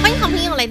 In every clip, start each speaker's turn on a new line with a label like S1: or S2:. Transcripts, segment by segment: S1: 欢迎好朋友来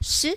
S2: 师。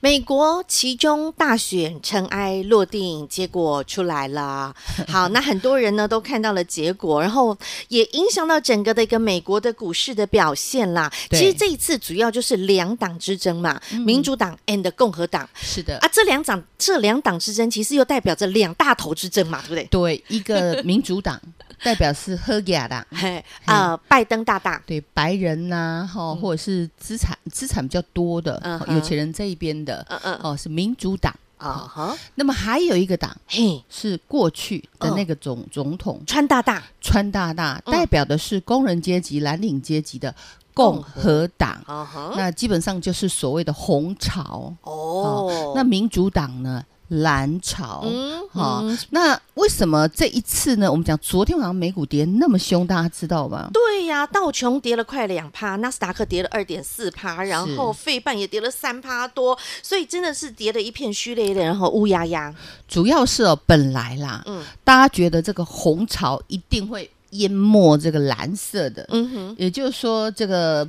S1: 美国其中大选尘埃落定，结果出来了。好，那很多人呢都看到了结果，然后也影响到整个的一个美国的股市的表现啦。
S2: 对
S1: 其实这一次主要就是两党之争嘛，民主党 and 共和党
S2: 是的，
S1: 啊，这两党这两党之争其实又代表着两大头之争嘛，对不对？
S2: 对，一个民主党 代表是赫雅党，
S1: 嘿，呃，拜登大大，
S2: 对白人呐、哈、或者是资产资产比较多的、
S1: 嗯
S2: 哦
S1: 哼
S2: 有钱人这一边的，
S1: 嗯嗯，
S2: 哦是哦民主党。
S1: 啊哈，
S2: 那么还有一个党
S1: 嘿，
S2: 是过去的
S1: 哦
S2: 那个总、总统
S1: 川大大，
S2: 川大大，
S1: 嗯
S2: 代表的是工人阶级、蓝领阶级的共和党。
S1: 啊哈，
S2: 那基本上就是所谓的红潮。
S1: 哦，
S2: 那哦民主党呢，蓝潮。
S1: 嗯，
S2: 好
S1: 嗯，
S2: 那为什么这一次呢？我们讲昨天晚上美股跌那么凶，大家知道吗？
S1: 对呀、道琼跌了快两趴，纳斯达克跌了二点四趴，然后费半也跌了三趴多，所以真的是跌得一片虚咧咧，然后乌压压。
S2: 主要是哦，本来啦，
S1: 嗯
S2: 大家觉得这个红潮一定会淹没这个蓝色的，
S1: 嗯哼，
S2: 也就是说，这个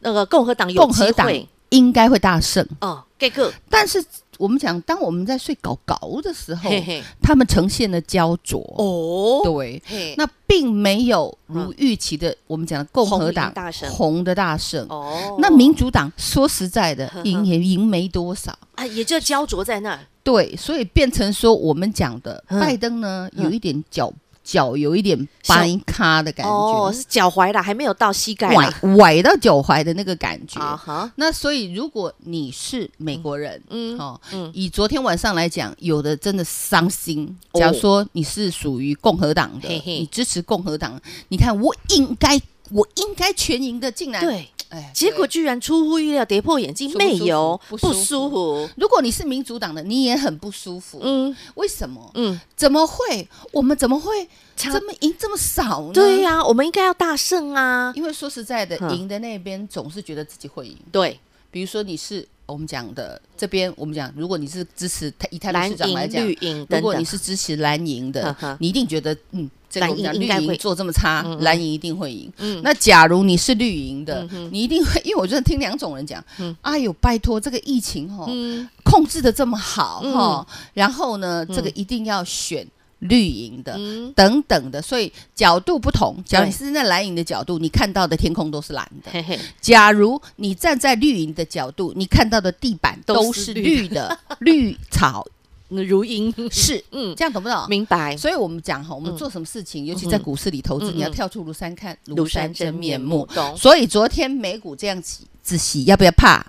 S1: 那个共和党有
S2: 共
S1: 机
S2: 和党
S1: 会
S2: 应该会大胜。
S1: 哦，盖克，
S2: 但是我们讲，当我们在睡搞搞的时候，
S1: 嘿嘿，
S2: 他们呈现了焦灼。
S1: 哦，
S2: 对，
S1: 嘿，
S2: 那并没有如预期的，我们讲的共和
S1: 红
S2: 党
S1: 赢大胜
S2: 红的大胜。
S1: 哦，
S2: 那民主党说实在的
S1: 呵，呵
S2: 赢也赢没多少。
S1: 啊也就焦灼在那儿，
S2: 对，所以变成说我们讲的
S1: 嗯
S2: 拜登呢，
S1: 嗯
S2: 有一点脚脚有一点
S1: 小
S2: 掰咖的感
S1: 哦
S2: 觉，
S1: 是脚踝啦，还没有到膝盖
S2: 崴
S1: 啦。
S2: 崴到脚踝的那个感觉。
S1: 啊哈，
S2: 那所以如果你是美国人，
S1: 嗯
S2: 哦
S1: 嗯，
S2: 以昨天晚上来讲，有的真的伤心。
S1: 哦
S2: 假如说你是属于共和党的，
S1: 嘿嘿
S2: 你支持共和党，你看我应该，我应该全赢的，竟然，
S1: 对，
S2: 哎
S1: 结果。居然出乎意料，跌破眼镜，
S2: 舒不
S1: 没
S2: 舒服
S1: 有
S2: 不
S1: 不
S2: 舒
S1: 舒服，
S2: 如果你是民主党的，你也很不舒服。
S1: 嗯
S2: 为什么？
S1: 嗯，
S2: 怎么会？我们怎么会
S1: 差
S2: 这么赢这么少呢？
S1: 对、呀、我们应该要大胜啊，
S2: 因为说实在的，
S1: 哼
S2: 赢的那边总是觉得自己会赢。
S1: 对。
S2: 比如说你是我们讲的这边，我们讲，如果你是支持台以台
S1: 蓝
S2: 北市长来
S1: 银、
S2: 讲
S1: 绿，银
S2: 如
S1: 等
S2: 果你
S1: 等，
S2: 是支持蓝营的
S1: 呵呵，
S2: 你一定觉得嗯，这个
S1: 蓝
S2: 我
S1: 营
S2: 们讲
S1: 应
S2: 绿
S1: 该会
S2: 营做这么差，
S1: 嗯嗯
S2: 蓝营一定会赢。
S1: 嗯
S2: 那假如你是绿营的
S1: 嗯，哼
S2: 你一定会，因为我真的听两种人讲，哎呦，拜托这个疫情哦，
S1: 嗯，
S2: 控制的这么好
S1: 嗯
S2: 哈，然后呢，这个一定要选绿营的。
S1: 嗯
S2: 等等的，所以角度不同。假如你
S1: 对
S2: 是站在蓝营的角度，你看到的天空都是蓝的；
S1: 嘿嘿，
S2: 假如你站在绿营的角度，你看到的地板
S1: 都
S2: 都
S1: 是
S2: 是
S1: 绿
S2: 绿的，绿草
S1: 如鹰，
S2: 是，
S1: 嗯，
S2: 这样懂 不懂？
S1: 明白，
S2: 所以我们讲哈，我们
S1: 嗯
S2: 做什么事情，尤其在股市里投资，
S1: 嗯嗯
S2: 你要跳出庐山看
S1: 庐
S2: 庐
S1: 山
S2: 山
S1: 真
S2: 真
S1: 面
S2: 面
S1: 目
S2: 目。
S1: 懂
S2: 所以昨天美股这样子自喜，要不要怕？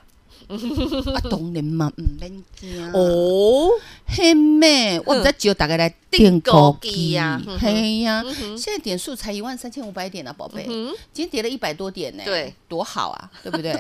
S2: 啊，当然嘛，唔免惊。哦，
S1: 哦，
S2: 嘿妹，我们在招大家来订
S1: 高
S2: 高
S1: 机
S2: 机
S1: 呀
S2: 呀
S1: 嗯哼，
S2: 嘿呀
S1: 嗯。哼
S2: 现在点数才一万三千五百点啊，宝贝，
S1: 嗯，
S2: 今天跌了一百多点呢，
S1: 对，
S2: 多好啊，对 不对？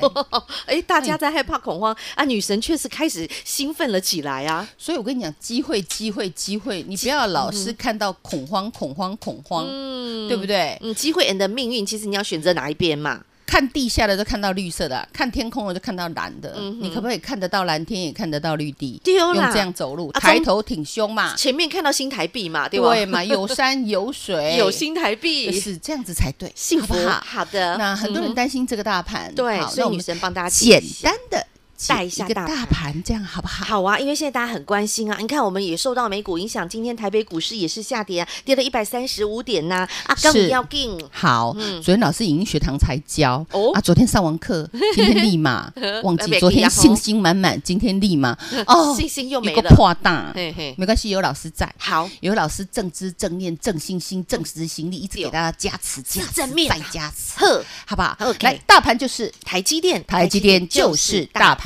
S1: 哎，大家在害怕恐慌啊，女神确实开始兴奋了起来啊，
S2: 所以我跟你讲，机会，机会，机会，你不要老是看到恐慌，恐慌，恐慌，
S1: 嗯，
S2: 对不？对？
S1: 嗯，机会 and 命运，其实你要选择哪一边嘛，
S2: 看地下的就看到绿色的，啊看天空的就看到蓝的。啊
S1: 嗯哼
S2: 你可不可以看得到蓝天，也看得到绿地？
S1: 丢
S2: 用
S1: 啦，
S2: 这样走路，
S1: 啊
S2: 抬头挺胸嘛，
S1: 前面看到新台币 嘛，对吧？
S2: 对嘛？有山有水，
S1: 有新台币，
S2: 是这样子才对，
S1: 幸福
S2: 好不，好？
S1: 好的，
S2: 那很多人
S1: 嗯
S2: 担心这个大盘，
S1: 哼对，
S2: 好
S1: 所
S2: 那
S1: 以
S2: 我
S1: 女
S2: 们
S1: 神帮大家解
S2: 简
S1: 析
S2: 单的
S1: 带一下
S2: 个
S1: 大
S2: 大盘，这样好不好？
S1: 好啊，因为现在大家很关心啊，你看我们也受到美股影响，今天台北股市也是下跌啊，跌了一百三十五点呐、啊，
S2: 是
S1: 更不要进
S2: 好，
S1: 嗯
S2: 昨天老师影音学堂才教
S1: 哦
S2: 啊，昨天上完 课，今天立马忘
S1: 没给
S2: 记，昨
S1: 呀
S2: 天
S1: 吼
S2: 信心满满，今天立马 哦，
S1: 信心又没
S2: 有个
S1: 了，
S2: 破大，
S1: 嘿嘿，
S2: 没关系，有老师在。
S1: 好，
S2: 有老师正知正念正信心正执行力，一直给大家加持，加持
S1: 正面啊
S2: 再加持，
S1: 呵，
S2: 好不好
S1: OK
S2: 来，大盘就是
S1: 台积电，
S2: 台积电，就是大
S1: 嗯
S2: 盘。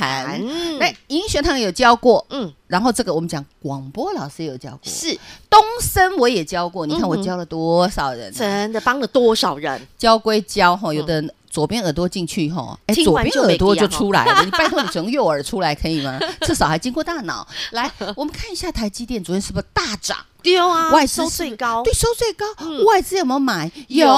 S2: 那银学堂有教过，
S1: 嗯
S2: 然后这个我们讲广播老师有教过，
S1: 是
S2: 东升我也教过。你看我
S1: 嗯哼
S2: 教了多少人啊、
S1: 真的帮了多少人？
S2: 教归教哈，有的人左边耳朵进去哈，哎，
S1: 听
S2: 左
S1: 完
S2: 边
S1: 就没
S2: 耳朵
S1: 力啊
S2: 就出来了。你拜托你从右耳出来 可以吗？至少还经过大脑。来，我们看一下台积电昨天是不是大涨？
S1: 丢啊，
S2: 外资
S1: 收
S2: 是
S1: 最
S2: 不是
S1: 高，
S2: 对，收最高。外资有没有买？
S1: 嗯有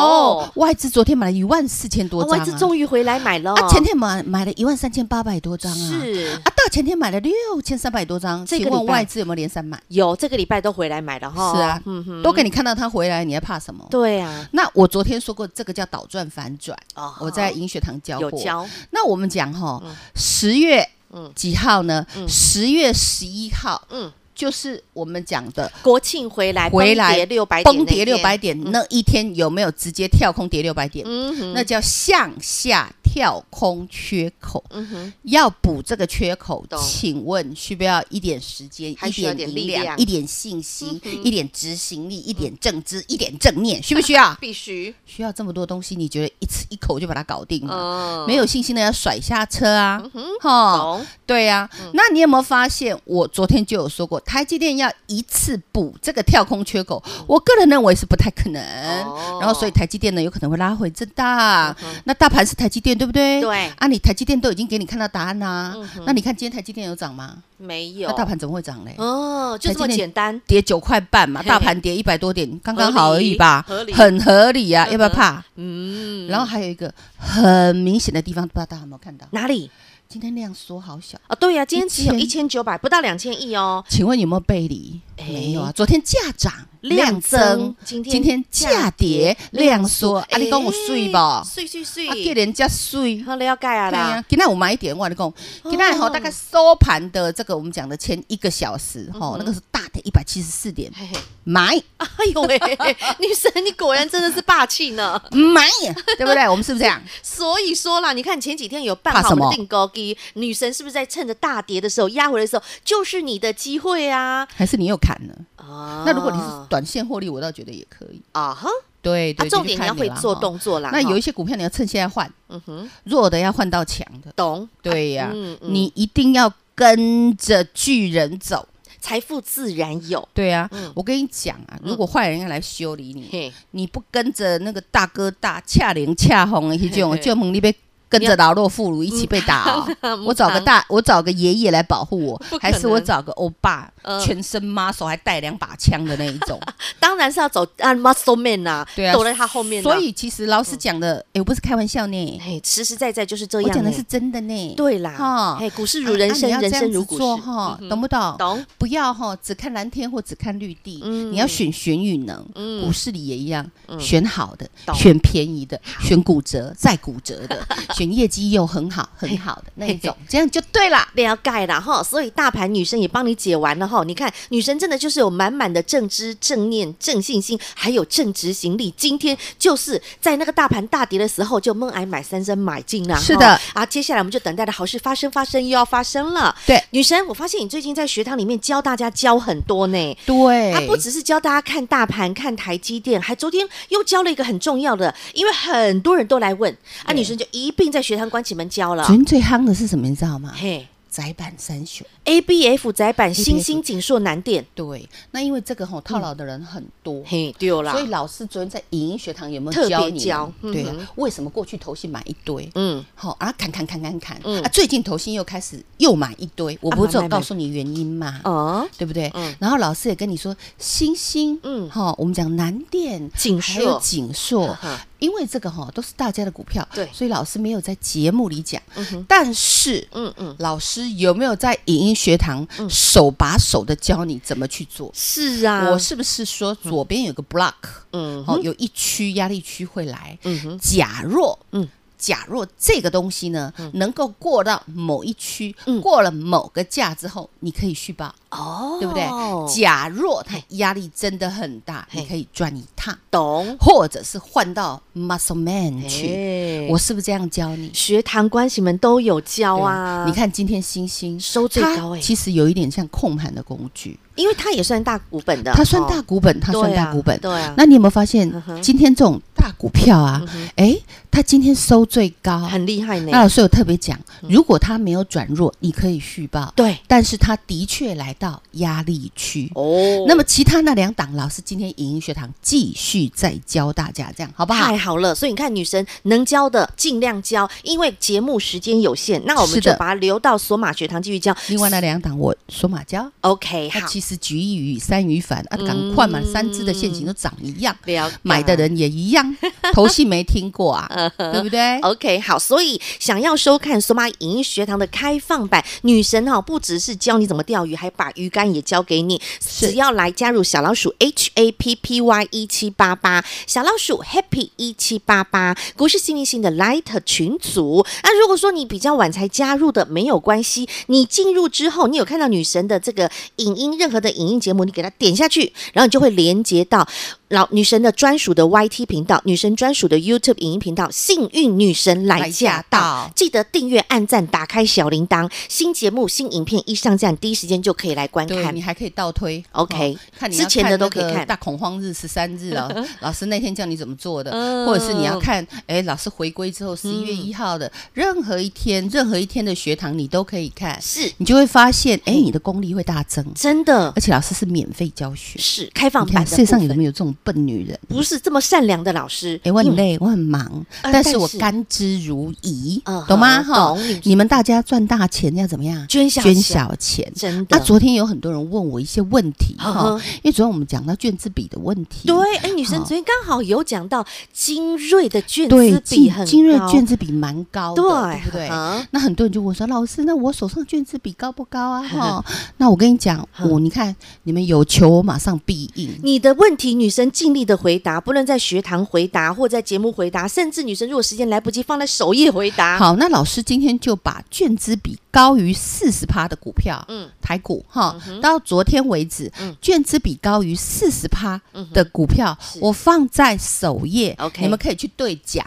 S2: 外资昨天买了一万四千多
S1: 哦
S2: 张、啊
S1: 外资终于回来买了，
S2: 啊，前天买买了一万三千八百多张啊，
S1: 是
S2: 啊，大前天买了六千三百多张。
S1: 这个
S2: 请问
S1: 礼拜
S2: 外资有没有连三买？
S1: 有这个礼拜都回来买了哈，
S2: 是啊
S1: 嗯哼，
S2: 都给你看到他回来，你还怕什么？
S1: 对啊，
S2: 那我昨天说过，这个叫倒转反转。
S1: 哦
S2: 我在银学堂教
S1: 有
S2: 过，
S1: 教，
S2: 那我们讲哈
S1: 嗯，
S2: 十月
S1: 嗯
S2: 几号呢
S1: 嗯？
S2: 十月十一号
S1: 嗯，
S2: 就是我们讲的
S1: 国庆回来
S2: 回来
S1: 六百
S2: 崩跌六百，点
S1: 嗯
S2: 那一天，有没有直接跳空跌六百点？
S1: 嗯哼，
S2: 那叫向下跳空缺口，
S1: 嗯哼，
S2: 要补这个缺口
S1: 懂，
S2: 请问需不要一点时间、
S1: 还
S2: 一
S1: 需要
S2: 点
S1: 点力
S2: 力
S1: 量
S2: 量、一点信心、
S1: 嗯哼
S2: 一点执行力、一点正知、一点正 念，需不需要？
S1: 必须，
S2: 需要这么多东西，你觉得一次一口就把它搞定吗？
S1: 嗯
S2: 没有信心的要甩下车啊！哈、
S1: 懂，嗯
S2: 对呀、那你有没有发现，我昨天就有说过，台积电要一次补这个跳空缺口，我个人认为是不太可能。
S1: 嗯哦
S2: 嗯然后，所以台积电呢，有可能会拉回震荡。
S1: 嗯哼
S2: 那大盘是台积电，对不对？
S1: 对
S2: 啊，你台积电都已经给你看到答案啦、
S1: 嗯哼
S2: 那你看今天台积电有涨吗？
S1: 没有
S2: 那，大盘怎么会涨嘞？
S1: 哦，就这么
S2: 台积电
S1: 简单，
S2: 跌九块半嘛，
S1: 嘿
S2: 大盘跌一百多点，刚刚好而已吧，
S1: 合理合理
S2: 很合理呀、
S1: 嗯
S2: 啊，
S1: 哼
S2: 要不要怕？
S1: 嗯，
S2: 然后还有一个很明显的地方，不知道大家有没有看到？
S1: 哪里？
S2: 今天量缩好小。
S1: 啊，对呀，今天只有一
S2: 一
S1: 千九百，不到两千亿哦，
S2: 请问有没有背离？
S1: 哎
S2: 没有啊，昨天价涨量增，，
S1: 今天
S2: 今天价跌量缩。啊，你讲我水不？啊，
S1: 碎碎碎，
S2: 给人家水。
S1: 好了解啊
S2: 对
S1: 啦
S2: 呀，，今天我买一点，我跟你讲，今天
S1: 哦
S2: 哈大概收盘的这个我们讲的前一个小时哈
S1: 嗯哼，
S2: 那个是大的一百七十四点，
S1: 嘿嘿，
S2: 买
S1: 哎呦喂， 女神，你果然真的是霸气呢。
S2: 买，对不对？我们是不是这样？
S1: 所以说啦，你看前几天有办
S2: 怕
S1: 好
S2: 什
S1: 我们
S2: 么
S1: 定高低，女神是不是在趁着大跌的时候压回来的时候，就是你的机会啊？
S2: 还是你又砍了？
S1: 啊，
S2: 那如果你是短线获利，我倒觉得也可以。
S1: 啊哈，
S2: 对
S1: 啊，
S2: 对，
S1: 重
S2: 就
S1: 点你
S2: 看
S1: 要会
S2: 啦
S1: 做
S2: 哈。
S1: 动作啦。
S2: 那有
S1: 哈
S2: 一些股票你要趁现在换，
S1: 嗯哼，
S2: 弱的要换到强的。
S1: 懂，
S2: 对呀、
S1: 嗯嗯
S2: 你一定要跟着巨人走。
S1: 财富自然有。
S2: 对呀、
S1: 嗯
S2: 我跟你讲啊，如果坏人要来修理你，
S1: 嘿，
S2: 你不跟着那个大哥大恰零恰红的那
S1: 嘿
S2: 种，
S1: 嘿
S2: 就蒙你被跟着老弱妇孺一起被打 哦、我找个大，我找个爷爷来保护我
S1: 不可能，
S2: 还是我找个欧巴，
S1: 嗯
S2: 全身 muscle 还带两把枪的那一 种？
S1: 当然是要走啊 muscle man 呐，
S2: 对啊
S1: 躲在他后面啊。
S2: 所以其实老师讲的，哎、我不是开玩笑呢，
S1: 嘿，实实在在就是嗯这
S2: 我
S1: 样欸。
S2: 讲的是真的呢。
S1: 对啦，
S2: 哈
S1: 嘿，股市
S2: 啊，
S1: 如人
S2: 啊
S1: 生，
S2: 你要
S1: 人
S2: 这
S1: 生
S2: 样
S1: 如
S2: 子
S1: 股
S2: 做
S1: 市。
S2: 哈
S1: 嗯哼，
S2: 懂不懂？
S1: 懂？
S2: 不要哈、只看蓝天或只看绿地，
S1: 嗯
S2: 你要选玄宇能。
S1: 嗯
S2: 股市里也一样，
S1: 嗯
S2: 选好的
S1: 懂，
S2: 选便宜的，选骨折再骨 折的，选业绩又很好很好的那一种，这样就对啦。
S1: 了解啦哈，所以大盘女生也帮你解完了哈。你看，女生真的就是有满满的正知、正念、正信心，还有正执行力。今天就是在那个大盘大跌的时候，就闷挨买三升买进啦。
S2: 是
S1: 哈
S2: 的
S1: 啊，接下来我们就等待着好事发生，发生又要发生了。
S2: 对
S1: 女神，我发现你最近在学堂里面教大家教很多呢。
S2: 对
S1: 他不只是教大家看大盘、看台积电，还昨天又教了一个很重要的，因为很多人都来问，啊，女生就一并在学堂关起门教了
S2: 昨。天最夯的是什么，你知道吗？
S1: 嘿
S2: 窄板三雄。
S1: ，ABF 窄版新兴锦硕南电，
S2: 对，那因为这个吼套牢的人很多。
S1: 嘿，丢啦
S2: 所以，老师昨天在影音学堂有没
S1: 嗯特
S2: 有
S1: 别
S2: 教你？
S1: 教嗯
S2: 对
S1: 哼
S2: 啊，为什么过去投信买一堆，
S1: 嗯，
S2: 好啊，砍砍砍砍砍，
S1: 嗯啊
S2: 啊，最近投信又开始又买一堆，我不是
S1: 买买
S2: 有
S1: 买
S2: 告诉你原因嘛，
S1: 哦，
S2: 对不对？
S1: 嗯
S2: 然后老师也跟你说，星星，
S1: 嗯
S2: 嗯，好，我们讲南电、
S1: 锦
S2: 还有
S1: 硕，
S2: 锦硕
S1: 哈哈，
S2: 因为这个哈都是大家的股票，
S1: 对
S2: 所以老师没有在节目里讲，
S1: 嗯哼，
S2: 但是。
S1: 嗯嗯，
S2: 老师有没有在影音学堂手把手的教你怎么去做？
S1: 是啊，
S2: 我，是不是说左边有个 block，
S1: 嗯
S2: 好、
S1: 哼，
S2: 有一区压力区会来。
S1: 嗯哼，
S2: 假若，
S1: 嗯
S2: 嗯，假若这个东西呢，能够过到某一区，
S1: 嗯
S2: 过了某个价之后，你可以续报，
S1: 哦，
S2: 对不对？假若它压力真的很大，
S1: 嘿
S2: 你可以转一趟，
S1: 懂？
S2: 或者是换到 muscle man 去。
S1: 哎
S2: 我是不是这样教你？
S1: 学堂关系门都有教
S2: 对
S1: 啊，
S2: 你看今天星星
S1: 收最高
S2: 它
S1: 哎，
S2: 其实有一点像控盘的工具。
S1: 因为它也算大股本的，
S2: 它算大
S1: 哦
S2: 股本，它算
S1: 对啊
S2: 大股本。
S1: 对啊，
S2: 那你有没有发现
S1: 嗯哼嗯
S2: 今天这种大股票啊？哎，它今天收最高。
S1: 很嗯厉害呢。
S2: 那老师有特别讲，如果它没有转弱，你可以续报，
S1: 对，
S2: 但是它的确来到压力区。
S1: 哦
S2: 那么其他那两档，老师今天影音学堂继续再教大家，这样好不好
S1: 太？好了，所以你看，女神能教的尽量教，因为节目时间有限，那我们
S2: 是
S1: 就
S2: 的
S1: 把它留到索马学堂继续教。
S2: 另外那两档我索马教，
S1: OK，
S2: 它
S1: 好，
S2: 其实举一隅三鱼反，啊，赶快嘛，三只的现形都长一样，
S1: 了解
S2: 买的。人也 一样，头戏没听过
S1: 嗯
S2: 啊，对不对？
S1: OK，好，所以想要收看索马影音学堂的开放版，女神哈、不只是教你怎么钓鱼，还把鱼竿也教给你。只要来加入小老鼠 H A P P Y 一七八八，小老鼠 Happy 一七八八，股市幸运星的 Light 群组。那如果说你比较晚才加入的，没有关系，你进入之后，你有看到女神的这个影音任何的影音节目，你给它点下去，然后你就会连接到老女神的专属的 YT 频道、女神专属的 YouTube 影音频道《幸运女神来驾到》
S2: 来驾到
S1: 记得订阅、按赞、打开小铃铛，新节目、新影片一上架，你第一时间就可以来观
S2: 对
S1: 看
S2: 你。还可以倒推哦
S1: OK，
S2: 看你
S1: 之
S2: 要
S1: 前的
S2: 看
S1: 都
S2: 那
S1: 可以
S2: 个
S1: 看
S2: 大恐慌日十三日 啊，老师那天叫你怎么做的，
S1: 嗯
S2: 或者是你要看，哎，老师回归之后十一月一号的任何一天，任何一天的学堂你都可以看，
S1: 是
S2: 你就会发现，哎，你的功力会大增，
S1: 真的
S2: 而且老师是免费教学。
S1: 是开放
S2: 你
S1: 版的
S2: 看世界上
S1: 部
S2: 有
S1: 分
S2: 没有这种笨女人？
S1: 不是这么善良的老师？
S2: 哎、我很
S1: 嗯
S2: 累，我很忙，
S1: 呃
S2: 但是我
S1: 但是
S2: 甘之如饴，
S1: 嗯
S2: 懂吗？
S1: 哼
S2: 哈
S1: 懂你，
S2: 你们大家赚大钱要怎么样？
S1: 捐小
S2: 捐
S1: 钱
S2: 小钱。
S1: 真
S2: 那、
S1: 的。
S2: 昨天有很多人问我一些问题
S1: 啊嗯
S2: 哈
S1: 哼，
S2: 因为昨天我们讲到卷子比的问题，
S1: 对，哎，女神
S2: 好
S1: 昨天刚好有讲到精锐的卷
S2: 对
S1: 子，比
S2: 今
S1: 很
S2: 今日
S1: 高
S2: 卷子比蛮高的，
S1: 对
S2: 对不对？
S1: 嗯
S2: 那很多人就问说，老师，那我手上卷子比高不 高啊？哈，那我跟你讲，
S1: 嗯
S2: 我你看你们有求我马上必应，
S1: 你的问题，女神尽力的回答，不论在学堂回答，或在节目回答，甚至女神如果时间来不及，放在首页回答。，
S2: 好，那老师今天就把券资比高于四十趴的股票，
S1: 嗯
S2: 嗯，台股哈，到昨天为止，
S1: 嗯
S2: 券资比高于四十趴的股票，我放在首页
S1: OK
S2: 你们可以去对讲，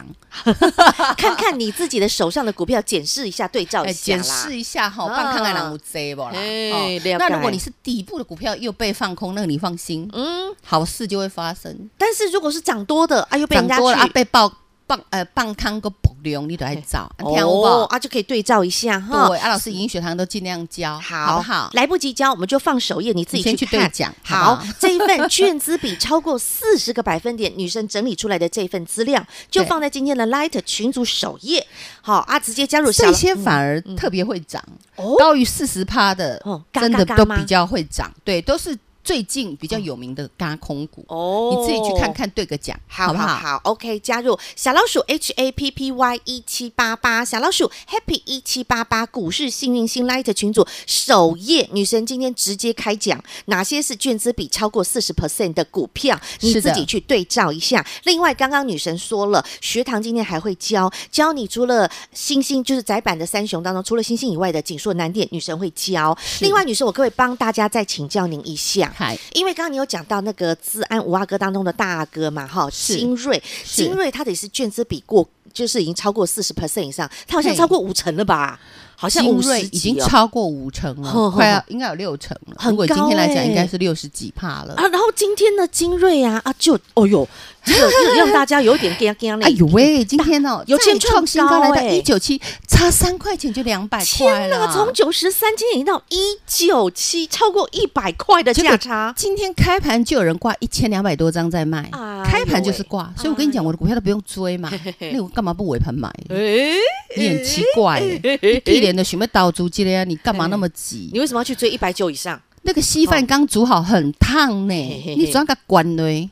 S1: 看看你自己的手上的股票，检视一下，对照一
S2: 哎
S1: 下啦。
S2: 检视一下哈，
S1: 啊
S2: 帮看看哪有 Z 不啦？
S1: 嘿
S2: 哦
S1: 了，解
S2: 那如果你是底部的股票又被放空，那个你放心，
S1: 嗯，
S2: 好事就会发生，
S1: 但是如果是涨多的，哎、啊、又被
S2: 涨
S1: 人家
S2: 多了啊，
S1: 去
S2: 被爆棒呃棒康个爆流，你都爱找，你听
S1: 哦
S2: 我。
S1: 啊，就可以对照一下哈。
S2: 对，啊，老师影音学堂都尽量教，好
S1: 好
S2: 不好？
S1: 来不及教，我们就放首页，你自己
S2: 你先
S1: 去
S2: 去对
S1: 看
S2: 讲
S1: 好
S2: 好不好，
S1: 这一份卷资比超过四十个百分点，女生整理出来的这份资料，就
S2: 对
S1: 放在今天的 Light 群组首页。好啊，直接加入小
S2: 这
S1: 老嗯
S2: 些反而特别会涨，
S1: 哦
S2: 高于四十趴的
S1: 哦，嘎
S2: 真的
S1: 嘎嘎
S2: 都
S1: 吗嗯
S2: 比较会涨，对，都是最近比较有名的嘎空股，
S1: 哦
S2: 你自己去看看对个奖，
S1: 好
S2: 好不
S1: 好
S2: 好？
S1: 好，OK，加入小老鼠 H A P P Y 一七八八，小老鼠 Happy 一七八八股市幸运星 Light 群组首页，女神今天直接开讲，哪些是卷资比超过四十 percent 的股票，你
S2: 是
S1: 自
S2: 的
S1: 己去对照一下。另外，刚刚女神说了，学堂今天还会教教你除了星星，就是窄板的三雄当中，除了星星以外的锦硕南电，女神会教。另外，女神我可不可以帮大家再请教您一下。
S2: 嗨，
S1: 因为刚刚你有讲到那个资安五阿哥当中的大阿哥嘛，哈，
S2: 是
S1: 精锐，
S2: 是
S1: 精锐它得是卷资比过，就是已经超过四十 percent 以上，它好像
S2: 嘿
S1: 超过五成了吧？好像
S2: 精
S1: 五十啊
S2: 锐已经
S1: 超
S2: 超过五成了，
S1: 呵呵
S2: 快要应该有六成了。
S1: 很
S2: 如果今天来
S1: 高
S2: 讲，
S1: 欸
S2: 应该是六十几趴了。
S1: 啊，然后今天的精锐啊啊就，哦呦，这个这个让大家有点惊惊嘞，
S2: 哎呦喂，今天哦，
S1: 有
S2: 再
S1: 见创
S2: 创新高来
S1: 高
S2: 到
S1: 欸
S2: 一九七，差三块钱就两百块
S1: 天
S2: 了
S1: 哪，。从九十三千点到一九七，超过一百块的
S2: 结果
S1: 价差，
S2: 今天开盘就有人挂一千两百多张在卖，
S1: 哎呦
S2: 开盘就是挂，所以我跟你
S1: 哎
S2: 讲，我的股票都不用追嘛，
S1: 嘿
S2: 那我干嘛不尾盘买？
S1: 哎，
S2: 你很奇怪耶，你一脸的什么倒足鸡了呀？啊你干嘛那么急？
S1: 你为什么要去追一百九以上？
S2: 那个稀饭刚煮好，很烫呢，
S1: 嘿嘿
S2: 你只要给它关嘞，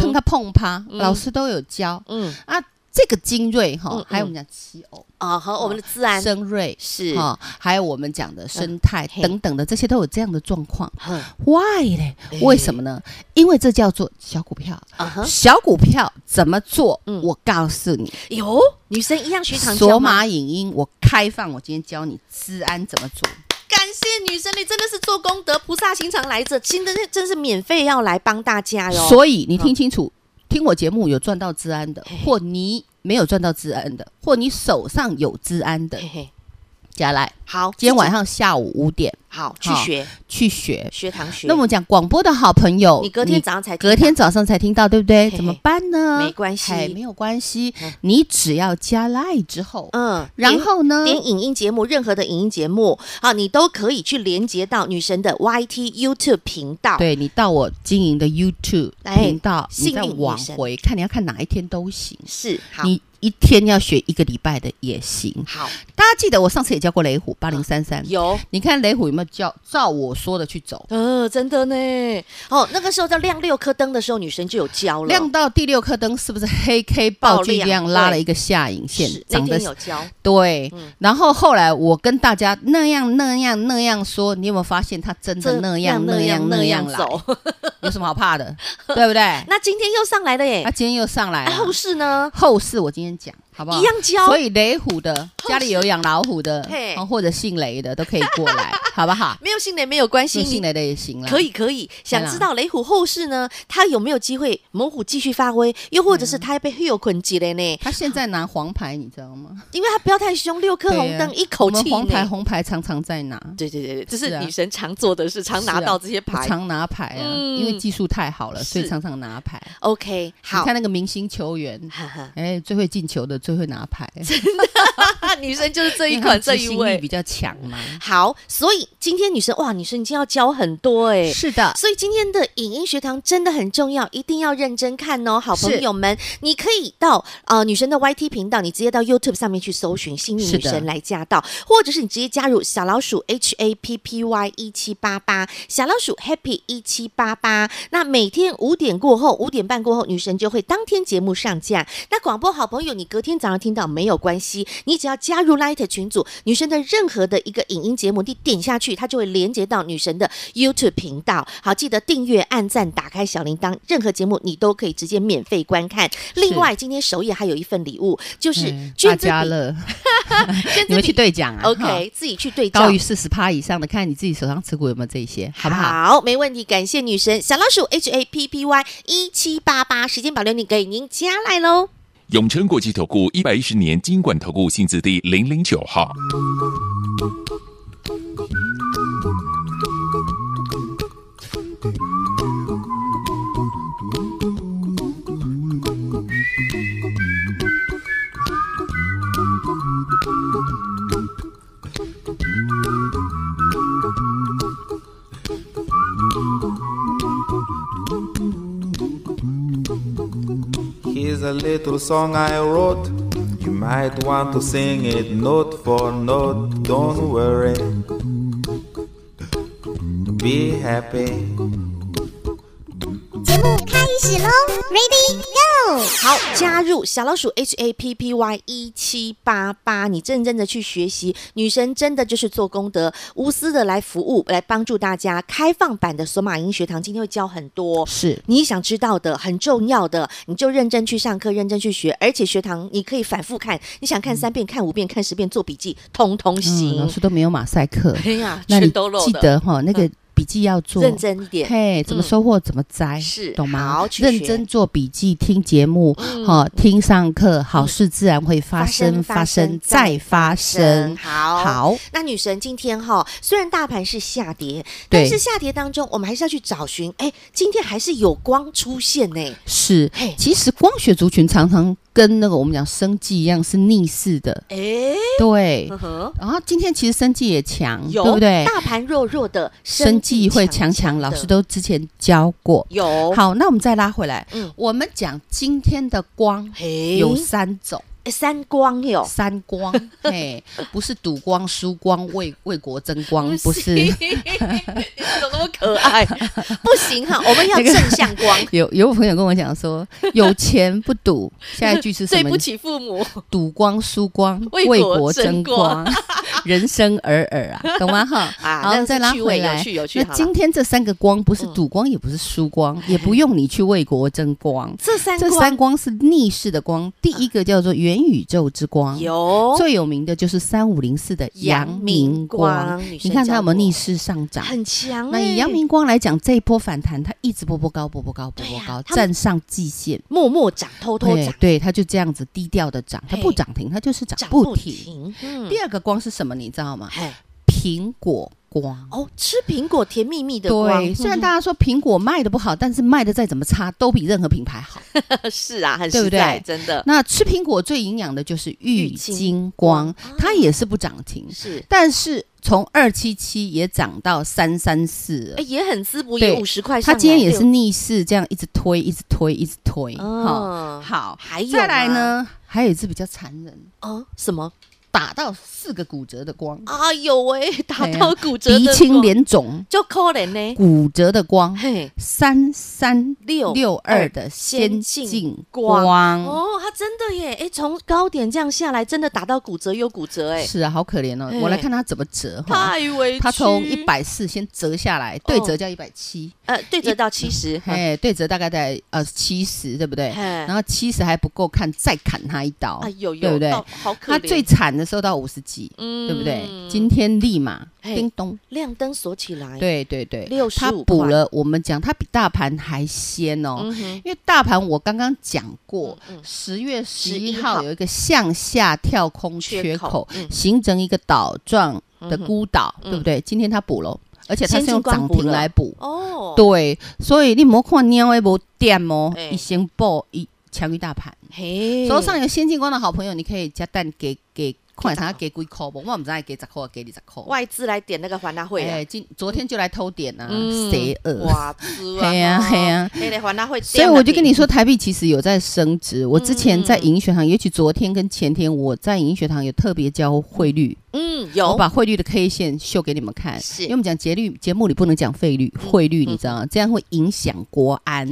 S2: 碰它碰趴，老师都有教
S1: 嗯
S2: 啊。这个精锐哈
S1: 嗯，
S2: 还有我们讲奇偶、
S1: 啊，和我们的资安哦
S2: 生锐
S1: 是，嗯
S2: 哈，还有我们讲的生态
S1: 嘿
S2: 等等的，这些都有这样的状况。
S1: 哼
S2: Why 嘞
S1: 嘿？
S2: 为什么呢？因为这叫做小股票。
S1: 啊哈，
S2: 小股票怎么做？
S1: 嗯
S2: 我告诉你，
S1: 有女生一样学堂教
S2: 索
S1: 吗？
S2: 马影音，我开放，我今天教你治安怎么做。
S1: 感谢女神，你真的是做功德，菩萨心肠来着，真的是真是免费要来帮大家哟。
S2: 所以你听清楚，
S1: 嗯
S2: 听我节目有赚到治安的，或你没有赚到治安的，或你手上有治安的
S1: 嘿，嘿
S2: 加来，
S1: 好，
S2: 今天晚
S1: 自己
S2: 上下午五点
S1: 好去
S2: 好
S1: 学
S2: 去学。
S1: 学堂学。
S2: 那我们讲广播的好朋友，
S1: 你隔天早上才听
S2: 隔天
S1: 到
S2: 早上才听到，对不对？
S1: 嘿
S2: 怎么办呢？哎
S1: 没关系
S2: 嘿没有关系
S1: 嗯，
S2: 你只要加 line 之后，
S1: 嗯，
S2: 然
S1: 点
S2: 后呢？
S1: 点影音节目，任何的影音节目，好，你都可以去连接到女神的 YT YouTube 频道。
S2: 对你到我经营的 YouTube
S1: 哎
S2: 频道，你
S1: 幸
S2: 再
S1: 运女
S2: 往
S1: 神
S2: 回看，你要看哪一天都行。
S1: 是好，
S2: 你一天要学一个礼拜的也行。
S1: 好
S2: 大家记得我上次也教过雷虎八零三三，
S1: 嗯有。
S2: 你看雷虎有没有教照我说的去走？
S1: 呃，真的呢。哦，那个时候在亮六颗灯的时候，女神就有教了，
S2: 亮到第六颗灯是不是黑 K 爆
S1: 爆
S2: 巨
S1: 亮
S2: 量
S1: 对
S2: 拉了一个下影线
S1: 是，那
S2: 长得
S1: 天有教，
S2: 对
S1: 嗯。
S2: 然后后来我跟大家那样那样那样说，你有没有发现他真的
S1: 这
S2: 那样那
S1: 嗯那
S2: 样那
S1: 那
S2: 样
S1: 样
S2: 来？
S1: 走。
S2: 有什么好怕的？对不对？
S1: 那今天又上来了 耶
S2: 他，今天又上来
S1: 啊
S2: 了，
S1: 后世呢
S2: 后事我今天讲，好不好？
S1: 一样教
S2: 所，以雷虎的家里有养老虎的
S1: 嘿，
S2: 哦或者姓雷的都可以过来， 好不好？
S1: 没有新的没有关系，
S2: 姓姓
S1: 你
S2: 雷的也行啦。
S1: 可以可以。想知道雷虎后世呢，他有没有机会猛虎继续发威，又或
S2: 嗯
S1: 者是他被 Hill 捆起来呢？
S2: 他现在拿黄牌，你知道吗？
S1: 因为他不要太凶，六颗红
S2: 对啊
S1: 灯一口
S2: 我
S1: 气
S2: 们黄牌
S1: 呢。
S2: 红牌常常在拿，
S1: 对对对对，这
S2: 是
S1: 是
S2: 啊
S1: 女神常做的事，常拿
S2: 是啊
S1: 到这些
S2: 我
S1: 牌。
S2: 常拿牌啊，
S1: 嗯
S2: 因为技术太好了，所以
S1: 是
S2: 常常拿牌。
S1: OK，
S2: 你
S1: 好，
S2: 看那个明星球员，
S1: 哈哈，
S2: 哎，最会进球的，最会拿牌，
S1: 女神就是这
S2: 因
S1: 一
S2: 为他
S1: 款
S2: 们
S1: 这
S2: 执
S1: 一
S2: 行力
S1: 位
S2: 比。较强嘛。
S1: 好，所以今天女神哇，女神今天要教很多哎、
S2: 是的，
S1: 所以今天的影音学堂真的很重要，一定要认真看哦，好朋友们，你可以到呃女神的 YT 频道，你直接到 YouTube 上面去搜寻“幸运
S2: 是
S1: 女
S2: 的
S1: 神”来驾到，或者是你直接加入小老鼠 H A P P Y 一七八八，小老鼠 Happy 一七八八。那每天五点过后，五点半过后，女神就会当天节目上架。那广播好朋友，你隔天早上听到没有关系，你只要加入 Light 群组，女神的任何的一个影音节目，你点下去，它就会连接到女神的 YouTube 频道。好，记得订阅、按赞、打开小铃铛，任何节目你都可以直接免费观看。另外，今天首页还有一份礼物，就是
S2: 嗯大
S1: 捐资
S2: 家
S1: 笔，
S2: 乐，
S1: 捐
S2: 你
S1: 资
S2: 们去
S1: 笔。
S2: 兑奖啊。哈
S1: OK，自己去对照
S2: 高于。四十趴以上的，看你自己手上持股有没有这些，好不好？
S1: 没问题，感谢女神小老鼠 H A P P Y 一七八八，时间保留你给您加来喽。
S3: 永诚国际投顾一百一十年金管投顾性质第零零九号。
S4: Here's a little song I wrote. You might want to sing it note for note. Don't worry. Be happy.
S5: 节目开始喽，Ready Go！
S1: 好，加入小老鼠 H A P P Y 一七八八，你认真的去学习，女神真的就是做功德，无私的来服务，来帮助大家。开放版的索马音学堂今天会教很多。
S2: 是
S1: 你想知道的很重要的，你就认真去上课，认真去学，而且学堂你可以反复看，你想看三遍、看五遍、看十遍，做笔记，通通
S2: 嗯，老
S1: 行。
S2: 师都没有马赛克，
S1: 哎呀，
S2: 那
S1: 全
S2: 你
S1: 都漏
S2: 记
S1: 的，
S2: 得哈，那个笔记要做
S1: 认。真一点。
S2: 嗯嘿，怎么
S1: 嗯
S2: 收获怎么摘，
S1: 是
S2: 懂吗
S1: 好？去
S2: 认
S1: 学
S2: 真做笔记，听节目，好听上课，好事自然会发
S1: 发生
S2: 生，发
S1: 嗯发生
S2: 生
S1: 再
S2: 再发生。
S1: 好，。
S2: 好，
S1: 那女神今天哈，虽然大盘是下跌，
S2: 对
S1: 但是下跌当中，我们还是要去找寻，哎，今天还是有光出现呢。
S2: 是
S1: 嘿，
S2: 其实光学族群常常跟那个我们讲生计一样是逆势的，
S1: 哎，
S2: 对
S1: 呵。呵，
S2: 然后今天其实生计也强，
S1: 有
S2: 对不对？
S1: 大盘弱弱的，
S2: 生哎计会强强，
S1: 强
S2: 老师
S1: 的
S2: 都之前教过。
S1: 有。
S2: 好，那我们再拉回来，
S1: 嗯
S2: 我们讲今天的光
S1: 嘿，
S2: 有三种，
S1: 哎三光哟，
S2: 三 光，嘿，不是赌光、输光、为为国争光，嗯不是。
S1: 嗯 怎么那么可爱？ 不行哈，我们要
S2: 那个
S1: 正向光。
S2: 有有朋友跟我讲说，有钱不 赌，下一句是什
S1: 对
S2: 么
S1: 不？起父母，
S2: 赌光、输光、
S1: 为国争光，
S2: 人生尔尔啊， 懂吗？哈，
S1: 啊
S2: 好，
S1: 那是
S2: 再拉
S1: 趣
S2: 回
S1: 味
S2: 来
S1: 有趣有。趣
S2: 那
S1: 好了嗯
S2: 今天这三个光不是赌光，也不是输 光，也不用你去为国争光。
S1: 这三
S2: 这
S1: 光
S2: 三光是逆势的光，第一个叫做元宇宙之光，
S1: 有
S2: 最有名的就是三五零四的阳明光
S1: 阳明光女，生
S2: 你看它有没
S1: 教过
S2: 有逆势上涨？
S1: 很强
S2: 那
S1: 哎，
S2: 以阳明光来讲，这一波反弹它一直波波高，波波高，波
S1: 对
S2: 波
S1: 呀
S2: 高，
S1: 它
S2: 站上季线，
S1: 默默涨，偷偷
S2: 对
S1: 涨，
S2: 对，它就这样子低调的涨，它不
S1: 嘿
S2: 涨停，它就是涨
S1: 涨
S2: 不
S1: 不
S2: 停。
S1: 停。嗯
S2: 第二个光是什么你知道吗？
S1: 嘿，
S2: 苹果光。
S1: 哦，吃苹果甜蜜蜜的光，
S2: 对，虽然
S1: 嗯
S2: 大家说苹果卖的不好，但是卖的再怎么差，都比任何品 牌好。
S1: 是啊，很
S2: 嗯对
S1: 实
S2: 不
S1: 在，
S2: 对
S1: 真的
S2: 那吃苹果最营养的就是郁金
S1: 郁
S2: 光
S1: 金光，啊
S2: 它也是不涨停，
S1: 是，
S2: 但是从二七七也涨到三三四
S1: 哎，，也很滋补，
S2: 对
S1: 也五十块上
S2: 它
S1: 来，
S2: 今天也是
S1: 对
S2: 逆势这样一直推，一直推，一直推。哈，
S1: 哦，
S2: 好，
S1: 还有
S2: 再来
S1: 吗？
S2: 呢，还有一只比较残忍，
S1: 哦，什么？
S2: 打到四个骨折的光，
S1: 啊，有喂、打
S2: 哎呀
S1: 到骨折的
S2: 鼻
S1: 光
S2: 青脸肿，
S1: 就可怜呢。
S2: 骨折的光，
S1: 嘿，
S2: 三三
S1: 六
S2: 六二的先
S1: 先
S2: 进
S1: 进光
S2: 光。
S1: 哦，他真的耶，哎，从高点这样下来，真的打到骨折又骨折，哎，
S2: 是啊，好可怜哦！
S1: 哎
S2: 我来看它怎么折哈。
S1: 太哦委屈。
S2: 它从一，百四先折下来，对折叫一百七，
S1: 呃，对折到七十，
S2: 哎，对折大概在呃七十，对不对？
S1: 然
S2: 然后七十还不够看，再砍它一刀
S1: 啊，，有有，
S2: 对不对
S1: 到好可
S2: 它
S1: 怜，
S2: 最惨的时候到五十几，
S1: 嗯
S2: 对不对？今天立马
S1: 嘿
S2: 叮咚，
S1: 亮灯锁起来，，
S2: 对对对，
S1: 65
S2: 它补了，我们讲它比大盘还先哦，
S1: 嗯哼，
S2: 因为大盘我刚刚讲过
S1: 嗯嗯，
S2: 十月十一
S1: 11
S2: 号
S1: 号
S2: 有一个向下跳空
S1: 缺
S2: 缺
S1: 口
S2: 口
S1: 嗯，
S2: 形成一个岛状的
S1: 嗯哼
S2: 孤岛，
S1: 嗯
S2: 对不对？今天它补了，而且它
S1: 先
S2: 是
S1: 进
S2: 用
S1: 光
S2: 涨
S1: 补
S2: 停
S1: 了
S2: 来补，
S1: 哦，，
S2: 对，所以你莫看鸟的无点哦
S1: 哎，
S2: 一先爆一强于大盘。
S1: 嘿，
S2: 手上有先进光的好朋友，你可以加蛋给给，看他给几块不？我们再给十块，给你十块。
S1: 外资来点那个还他会啊
S2: 哎，，今昨天就来偷点啊，
S1: 嗯
S2: 谁恶？
S1: 哇，猪啊，
S2: 嘿呀嘿呀
S1: 嘿嘞，还他会，
S2: 所以我就跟你说，，台币其实有在升值。我之
S1: 嗯
S2: 前在银学堂，尤其昨天跟前天，我在银学堂有特别教汇率，
S1: 嗯，
S2: 我
S1: 有，
S2: 把汇率的 K 线秀给你们看。
S1: 是嗯
S2: 因为我们讲节律节目里不能讲费率汇率，你知道吗？这样会影响国 安。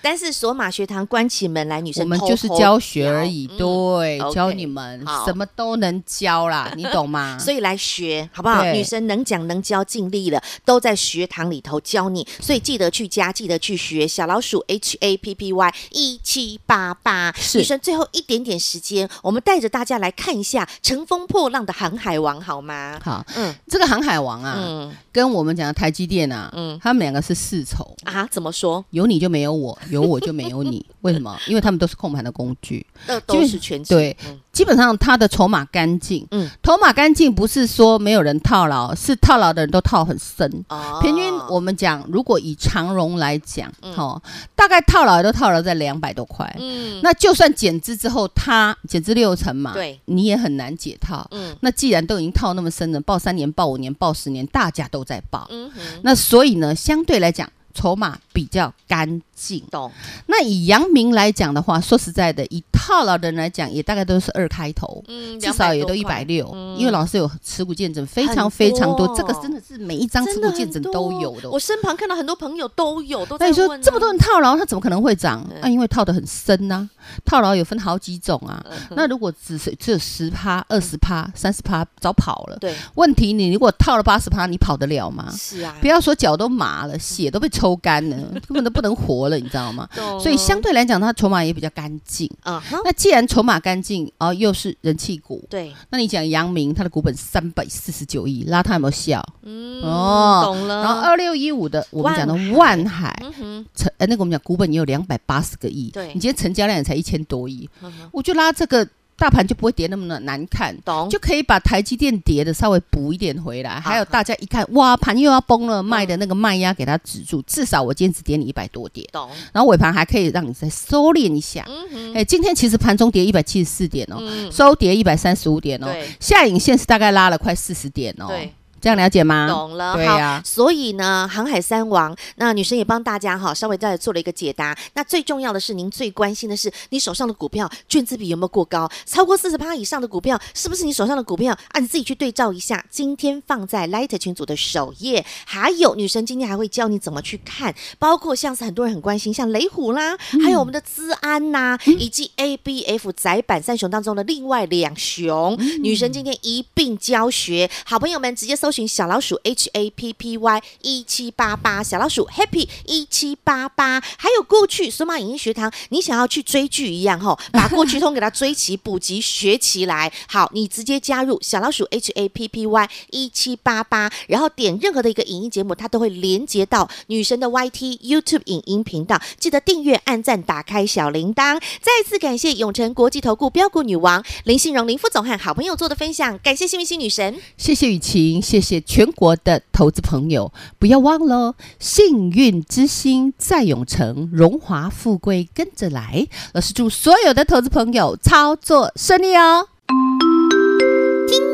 S1: 但是索马学堂关起门来，女生
S2: 我们
S1: 偷
S2: 就是
S1: 偷
S2: 教学而已，
S1: 嗯
S2: 对，
S1: OK，
S2: 教你们
S1: 好
S2: 什么都能 教啦，你懂吗？
S1: 所以来学好不好？
S2: 啊对
S1: 女生能讲能教，尽力了，都在学堂里头教你，所以记得去加，记得去学。小老鼠 H A P P Y 一七八八，
S2: 是
S1: 女生最后一点点时间，我们带着大家来看一下乘风破浪的航海王，好吗？
S2: 好，
S1: 嗯
S2: 这个航海王啊，
S1: 嗯
S2: 跟我们讲的台积电啊，
S1: 嗯
S2: 他们两个是世仇，
S1: 啊，怎么说？
S2: 有你就没有我，有我就没有你。为什么？因为他们都是控盘的工具，
S1: 那都是全职
S2: 对
S1: 嗯
S2: 基本上他的筹码干净。
S1: 嗯
S2: 筹码干净不是说没有人套牢，是套牢的人都套很深。
S1: 哦
S2: 啊平均我们讲，如果以长荣来讲，哦，大概套牢都套牢在两百多块。
S1: 嗯
S2: 那就算减资之后，它减资六成嘛，
S1: 对，
S2: 你也很难解套。
S1: 嗯
S2: 那既然都已经套那么深了，报三年、报五年、报十年，大家都在报，
S1: 嗯哼，
S2: 那所以呢，相对来讲。筹码比较干净。
S1: 懂
S2: 那以阳明来讲的话，说实在的，以套牢的人来讲，也大概都是二开头，
S1: 嗯
S2: 至少也都一百六。因为老师有持股见证，非常非常多，
S1: 很多
S2: 这个真的是每一张持
S1: 真
S2: 股
S1: 的
S2: 见
S1: 很
S2: 证
S1: 多
S2: 都有的。
S1: 我身旁看到很多朋友都有，都
S2: 那
S1: 在
S2: 你说
S1: 问啊
S2: 这么多人套牢，它怎么可能会涨？
S1: 嗯
S2: 那、因为套得很深呐、套牢有分好几种啊。
S1: 嗯
S2: 那如果只是只有十趴、二十趴、三十趴，早跑了。
S1: 对
S2: 问题你如果套了八十趴，你跑得了吗？
S1: 是啊
S2: 不，要说脚都麻了，血都被抽干 了，根本都不能活了，你知道吗？
S1: 懂
S2: 所以相对来讲，它筹码也比较干净。
S1: 啊哈，
S2: 那既然筹码干净，啊、又是人气股，
S1: 对，
S2: 那你讲阳明，它的股本三百四十九亿，拉它有没有效？
S1: 嗯
S2: 哦
S1: 懂了。
S2: 然后二六一五的，我们讲的
S1: 万
S2: 万海，
S1: 嗯哼，
S2: 成呃那个我们讲股本也有两百八十个亿，
S1: 对
S2: 你今天成交量也才一千多亿，
S1: 嗯哼
S2: 我就拉这个大盘就不会跌那么难难看。
S1: 懂
S2: 就可以把台积电跌的稍微补一点回来，还有大家一看，哇，盘又要崩了，
S1: 嗯
S2: 卖的那个卖压给它止住，至少我今天只跌你一百多点，
S1: 懂，
S2: 然后尾盘还可以让你再收敛一下。
S1: 嗯哼，
S2: 哎，今天其实盘中跌一百七十四点哦，
S1: 嗯，
S2: 收跌一百三十五点哦
S1: 对，
S2: 下影线是大概拉了快四十点哦，
S1: 对，
S2: 这样了解吗？
S1: 懂了，
S2: 对
S1: 好
S2: 呀
S1: 所以呢，航海三王，那女生也帮大家哈稍微再做了一个解答。那最重要的是，您最关心的是你手上的股票卷资比有没有过高，超过四十趴以上的股票，是不是你手上的股票？啊，你自己去对照一下。今天放在 Light 群组的首页，还有女生今天还会教你怎么去看，包括像是很多人很关心，像雷虎啦，还有我们的资安呐、以及 ABF 窄板三雄当中的另外两雄，女生今天一并教学，好朋友们直接搜。搜寻小老鼠 H A P P Y 一七八八，小老鼠 Happy 一七八八，还有过去索马影音学堂，你想要去追剧一样吼，把过去通给它追齐、补齐、学起来。好，你直接加入小老鼠 H A P P Y 一七八八，然后点任何的一个影音节目，它都会连接到女神的 Y T YouTube 影音频道。记得订阅、按赞、打开小铃铛。再次感谢永诚国际投顾标股女王林信荣林副总和好朋友做的分享，感谢幸运星女神。
S2: 谢谢雨晴，谢谢全国的投资朋友，不要忘了，幸运之星在永城，荣华富贵跟着来。老师祝所有的投资朋友操作顺利哦。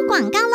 S5: 广告喽！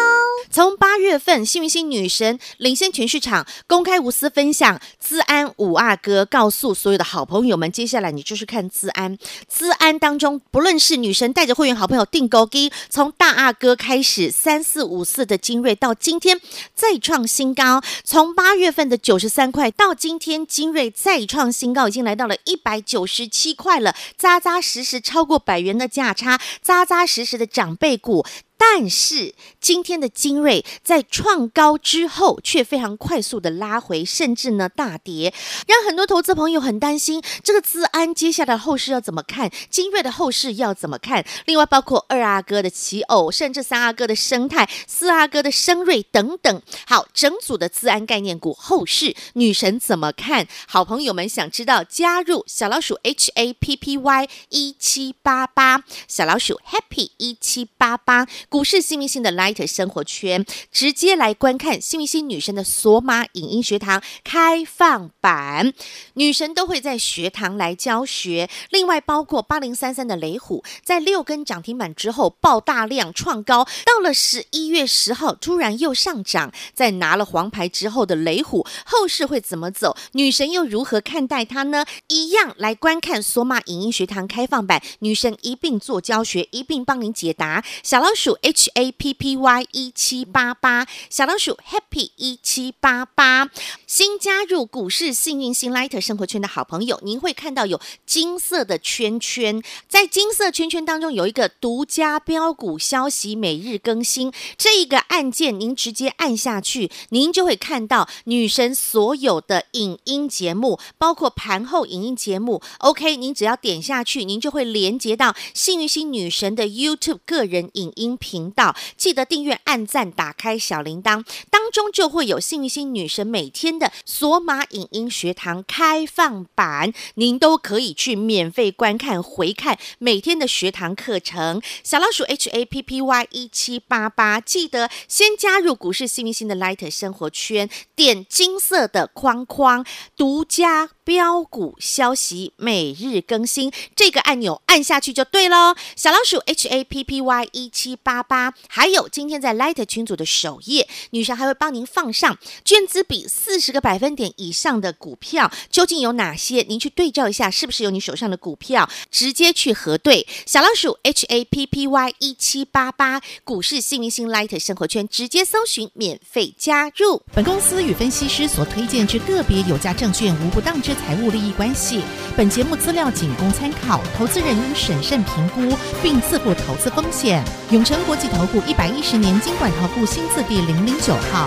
S1: 从八月份，幸运星女神领先全市场，公开无私分享资安五阿哥，告诉所有的好朋友们，接下来你就是看资安。资安当中，不论是女神带着会员好朋友订购机，从大阿哥开始，三四五四的精锐到今天再创新高，从八月份的九十三块到今天精锐再创新高，已经来到了一百九十七块了，扎扎实实超过百元的价差，扎扎实实的长辈股。但是今天的精锐在创高之后，却非常快速的拉回，甚至呢大跌，让很多投资朋友很担心这个资安接下来的后市要怎么看，精锐的后市要怎么看？另外包括二阿哥的奇偶，甚至三阿哥的生态，四阿哥的生瑞等等。好，整组的资安概念股后市女神怎么看？好朋友们想知道，加入小老鼠 H A P P Y 一七八八，小老鼠 Happy 一七八八。股市幸运星的 Light 生活圈，直接来观看幸运星女神的索马影音学堂开放版，女神都会在学堂来教学。另外，包括八零三三的雷虎，在六根涨停板之后爆大量创高，到了十一月十号突然又上涨，在拿了黄牌之后的雷虎，后市会怎么走？女神又如何看待它呢？一样来观看索马影音学堂开放版，女神一并做教学，一并帮您解答。小老鼠。鼠 H A P P Y 一七八八，小老鼠 Happy 一七八八。新加入股市幸运星 Light 生活圈的好朋友，您会看到有金色的圈圈，在金色圈圈当中有一个独家标股消息每日更新，这一个按键您直接按下去，您就会看到女神所有的影音节目，包括盘后影音节目。OK，您只要点下去，您就会连接到幸运星女神的 YouTube 个人影音。频道记得订阅、按赞、打开小铃铛，当中就会有幸运星女神每天的索马影音学堂开放版，您都可以去免费观看、回看每天的学堂课程。小老鼠 H A P P Y 一七八八，记得先加入股市幸运星的 Light 生活圈，点金色的框框，独家标股消息每日更新这个按钮按下去就对喽。小老鼠 H A P P Y 一七。八八，还有今天在 Light 群组的首页，女神还会帮您放上卷资比四十个百分点以上的股票，究竟有哪些？您去对照一下，是不是有你手上的股票？直接去核对。小老鼠 H A P P Y 一七八八，股市新明星 Light 生活圈，直接搜寻免费加入。
S6: 本公司与分析师所推荐之个别有价证券无不当之财务利益关系。本节目资料仅供参考，投资人应审慎评估并自负投资风险。永诚国际投顾一百一十年经管投顾新字第零零九号。